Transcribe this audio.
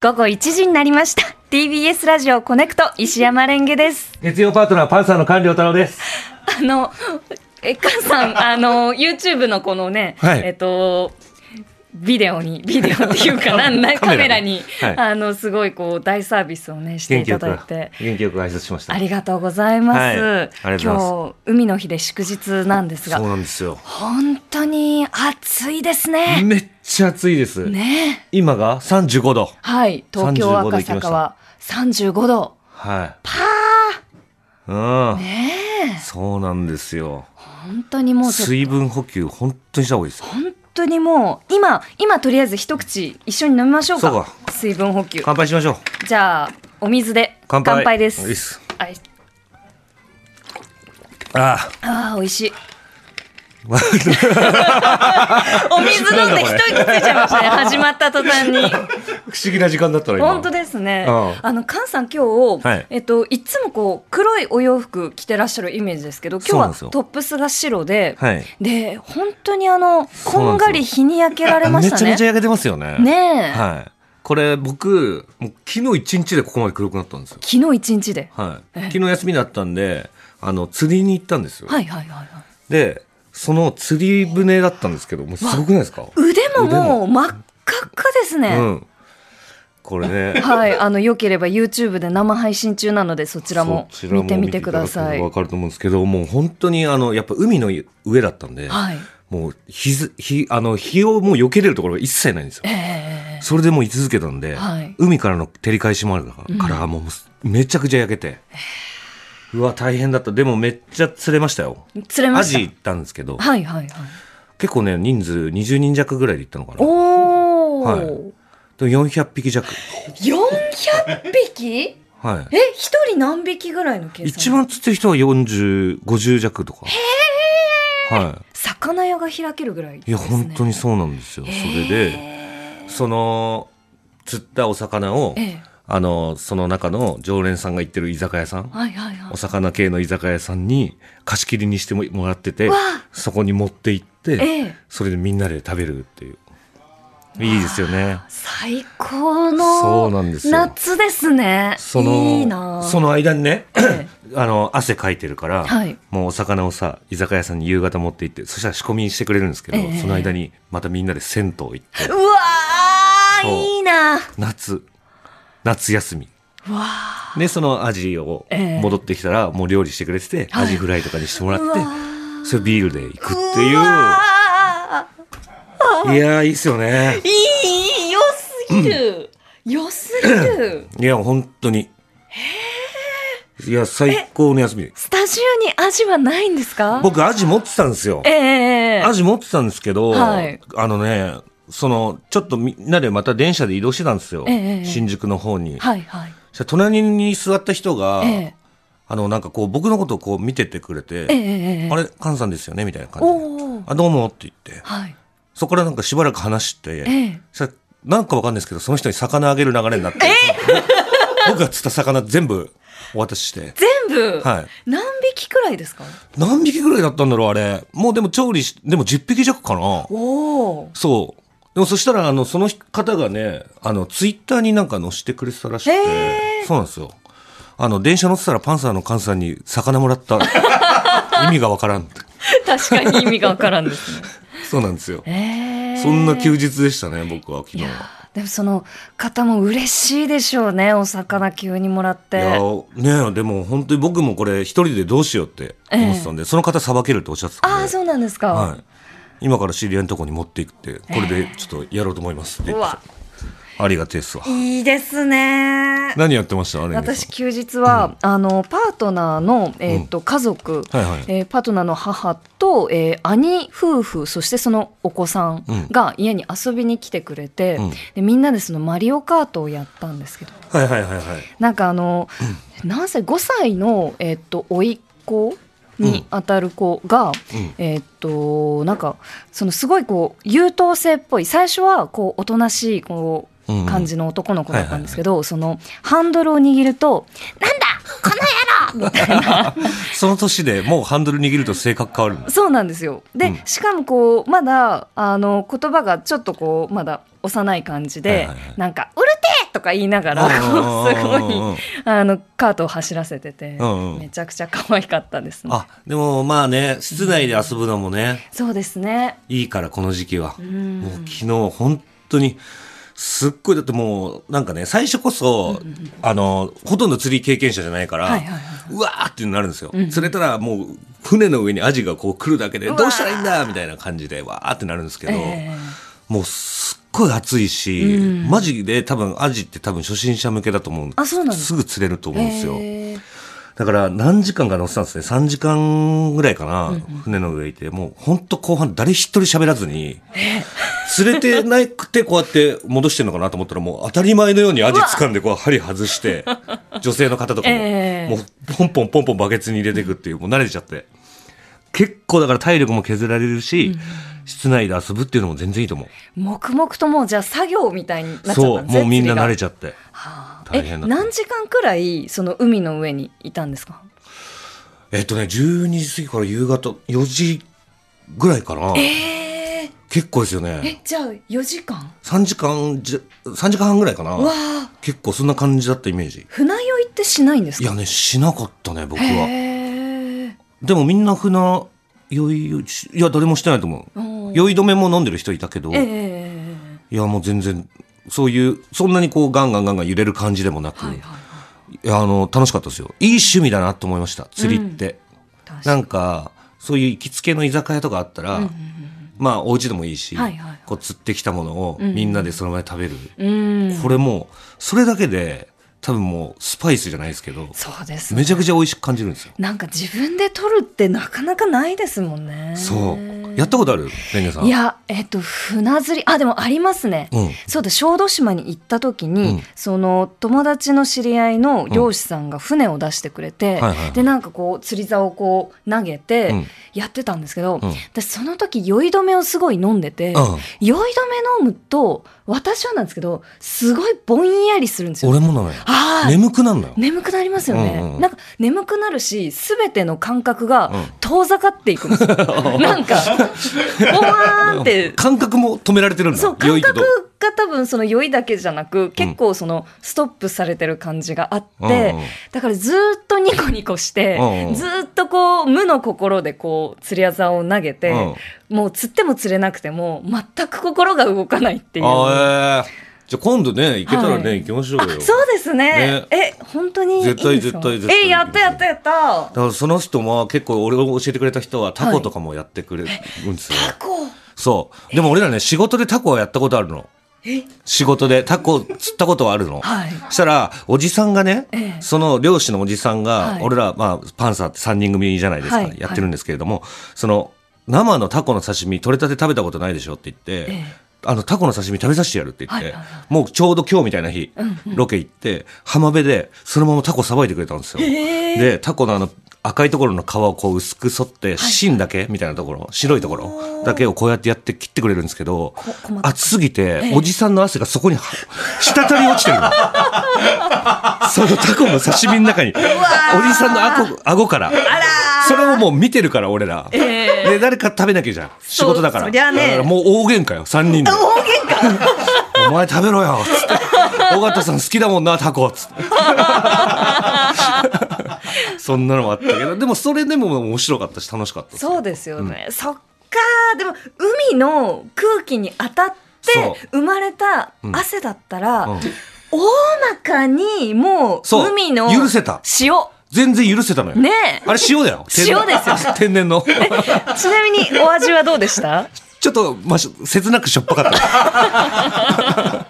午後1時になりました TBS ラジオコネクト石山レンゲです月曜パートナーパンサーの官僚太郎です。あのえかん さんあの YouTube のこのね、はいえっとビデオにビデオっていう かなんなんカカメメラねラに、はいあのすごいこう大サービスをねして元い気たよくだいて元気よく挨拶しました。ありがとうございます,、はいありがとうござい今日海の日で祝日なんですそうがなんですよ。本当に暑いですねめっちゃ暑いです。ね今が三十五度。はい東京35度赤行きました坂は35度はい。パー。うん。ねえそうなんですよ。本当にもうちょっと水分補給本当にした方がいいです。本当にもう今今とりあえず一口一緒に飲みましょうかそう水分補給乾杯しましょう。じゃあお水で乾杯。でいいっすすあいああー美味 しいあ。お水飲んで一息ついちゃいました ね始まった途端に不思議な時間だったら今。本当ですねうんあの菅さん今日、はいえっといつもこう黒いお洋服着てらっしゃるイメージですけどそう今なんです日はよトップスが白で、はい。で本当にあのこうなんですよんがり日に焼けられまめしちたゃねめちゃ焼けてますよね。ねえ、はい。これ僕もう昨日一日でここまで黒くなったんですよ。昨日一日ではいえ。昨日休みだったんで、あの釣りに行ったんですよ。はいはいはいはいで、その釣り船だったんですけど、もうすごくないですか腕も腕もうも真っ赤っかですうね。ん。これ ね。はい、あの、良ければ YouTube で生配信中なので、そちらもそちらも見てみてください。わかると思うんですけど、もう本当にあの、やっぱ海の上だったんで、はい。もう日ず、日、あの、日をもう避けれるところが一切ないんですよえ。えそれでもう居続けたんで、はい海からの照り返しもあるから、からもうめちゃくちゃ焼けて。うわ、大変だった。でもめっちゃ釣れましたよ。釣れまアした。ジ行ったんですけど、はいはいはい。結構ね、人数20人弱ぐらいで行ったのかな。おお、はいでも400匹弱。 !400 匹はい。え、一人何匹ぐらいの計算一番釣ってる人は40、50弱とか。は魚屋が開けるぐらい、い。いや、本当にそうなんですよ。それで、えその、釣ったお魚をえ、えあの、その中の常連さんが行ってる居酒屋さん、はいはいはいお。魚系の居酒屋さんに貸し切りにしてももらっててわ、そこに持って行っえて、えそれでみんなで食べるっていう。いいですよね。最高そうのなんですよ夏ですね。そいいなの、その間にね、ええあの、汗かいてるから、はいもうお魚をさ、居酒屋さんに夕方持って行って、そしたら仕込みしてくれるんですけど、ええその間にまたみんなで銭湯行って、うわそうーいいなわ夏、夏休み。あで、そのアジをええ戻ってきたら、もう料理してくれてて、はいアジフライとかにしてもらってうわ、それビールで行くっていうう、わいやー、いいっすよねー。いい良すぎる良すぎるいや、本当に。いや、最高の休み。スタジオにアジはないんですか僕、アジ持ってたんですよ。ええアジ持ってたんですけど、はいあのね、その、ちょっとみんなでまた電車で移動してたんですよ。ええええ新宿の方に。はいはいそしたら隣に座った人が、ええあの、なんかこう、僕のことをこう見ててくれて、ええええあれ、カンさんですよねみたいな感じで。おおあ、どうもって言って、はいそこからなんかしばらく話して、えそしたらなんかわかんないですけど、その人に魚あげる流れになって、 僕が釣った魚全部お渡しして、全部はい。何匹くらいですか何匹ぐらいだったんだろう、あれ。もうでも調理し、でも10匹弱かな。おおそう。でもそしたら、あの、その方がね、あの、ツイッターになんか載してくれてたらしくへて、そうなんですよ。あの、電車乗ってたらパンサーの菅さんに魚も らった。意味がわからんって。 確かに意味がわからんです ねそうなんですよ。ええそんな休日でしたね、僕は昨日は。でもその方も嬉しいでしょうねお魚急にもらっいてやねえでも本当に僕もこれ一人でどうしようって思ってたんで、その方さばけるっておっしゃってたんあであ、そうなんですか。はい、今から知り合いのとこに持っていくってこれでちょっとやろうと思いますってう言ってわた、ありがてえっすわいいですね。何やってましたあれ私休日は、あのパートナーの、えーと家族、はいはいえーパートナーの母と、えー兄夫婦そしてそのお子さんが家に遊びに来てくれて、うんでみんなでそのマリオカートをやったんですけどはいはいはいはいなんかあの、何歳5歳の、えー、と甥っ子に当たる子が、うんえーっとなんかそのすごいこう優等生っぽい最初はこうおとなしいこううんうん感じの男の子だったんですけど、そのハンドルを握ると「なんだこの野みたいなその年でもうハンドル握ると性格変わるんです。そうなんですよで、うんしかもこうまだあの言葉がちょっとこうまだ幼い感じで、はいはいはいなんか「うるてえ!」とか言いながらこうすごいあのカートを走らせてて、うんうんめちゃくちゃ可愛かったですねあ、でもまあね、室内で遊ぶのもね、そうですねいいからこの時期は。うんもう昨日本当に、すっごい、だってもうなんかね、最初こそ、あの、ほとんど釣り経験者じゃないから、はいはいはいうわーってなるんですよ。釣れたらもう船の上にアジがこう来るだけで、うわーどうしたらいいんだみたいな感じで、わーってなるんですけど、えもうすっごい暑いし、うんマジで多分アジって多分初心者向けだと思うんであそうなんですすぐ釣れるとえ思うんですよ。ええだから何時間か乗ってたんですね。3時間ぐらいかな。船の上いて。もう本当後半誰一人喋らずに。釣れてなくてこうやって戻してんのかなと思ったらもう当たり前のようにアジ掴んでこう針外 して、女性の方とかも、ええもうポンポンポンポンバケツに入れていくっていう、もう慣れちゃって。結構だから体力も削られるし、室内で遊ぶっていうのも全然いいと思う。黙々ともうじゃあ作業みたいになっちゃったんそう、ですねもうみんな慣釣りれちゃって。がはあ大変だえった何時間くらいその海の上にいたんですかえっとね、12時過ぎから夕方4時ぐらいかな。ええ結構ですよね。えじゃあ4時間3時間じゃ、3時間半ぐらいかなわ。あ結構そんな感じだったイメージ。船酔いってしないんですいかやね、しなかったね、僕は。へえでもみんな船酔いをし、いや、誰もしてないと思う。うん酔い止めも飲んでる人いたけど、ええいや、もう全然、そういう、そんなにこうガンガンガンガン揺れる感じでもなく、はいはいいはいやあの、楽しかったですよ。いい趣味だなと思いました、釣りって。確かなにんか、そういう行きつけの居酒屋とかあったら、まあ、お家でもいいし、はいはいはいこう釣ってきたものをみんなでその場で食べる。うんこれもう、それだけで、多分もう、スパイスじゃないですけど、そうですねめちゃくちゃ美味しく感じるんですよ。なんか自分で取るってなかなかないですもんねそう。やったことあるレンゲさん。いや、えっと、船釣り、あ、でもありますね。うんそうだ、小豆島に行った時に、うんその友達の知り合いの漁師さんが船を出してくれて、はいはいはいで、なんかこう、釣り竿をこう投げうてん、やってたんですけど、うん私その時酔い止めをすごい飲んでて、うん酔い止め飲むと、私はなんですけど、すごいぼんやりするんですよ。俺もなのよ。あー眠くなんだよ。眠くなりますよね、うんうんなんか眠くなるしすべての感覚がうん遠ざかっていくんです よ、なんかおわーって感覚も止められてるんだ。そう良感いけ覚どが多分その酔いだけじゃなく結構そのストップされてる感じがあって、うんうんだからずーっとニコニコして、うんうんずーっとこう無の心でこう釣りざを投げて、もう釣っても釣れなくても全く心が動かないっていう。あーえーじゃあ今度ね、行けたらね、はい行きましょうあよ。そうですねえ本当にいいんですか絶対絶対絶対えやったやったやっただからその人も結構俺を教えてくれた人はタコとかもやってくれるんですよ。タコそう。でも俺らね、仕事でタコはやったことあるの。え仕事でタコ釣ったことはあるの。はいしたら、おじさんがね、ええその漁師のおじさんが、はい俺ら、まあ、パンサーって3人組じゃないですか、はいやってるんですけれども、その、生のタコの刺身、取れたて食べたことないでしょって言って、ええあの、タコの刺身食べさせてやるって言って、はいはいはもうちょうど今日みたいな日、うんロケ行って、浜辺で、そのままタコさばいてくれたんですよ。へえで、タコのあの、赤いところの皮をこう薄く剃って、芯だけみたいなところ、白いところだけをこうやってやって切ってくれるんですけどこ細か、く熱すぎてえ、えおじさんの汗がそこには、滴り落ちてるの。そのタコの刺身の中に、おじさんの顎顎から。それをもう見てるから、俺ら。えで、誰か食べなきゃじゃん。仕事だから。そりゃねだからもう大喧嘩よ、3人で。大喧嘩お前食べろよ、つって。尾形さん好きだもんな、タコ、つって。そんなのもあったけど、でもそれでも面白かったし、楽しかったですそうですよね、そっかーでも海の空気に当たってそう生まれた汗だったら、うん大まかにもうそう海の許せた塩全然許せたのよ。ねあれ塩だよ。天塩ですよ。 天然の。えちなみにお味はどうでしたちょっと、まあ、し切なくしょっぱかった。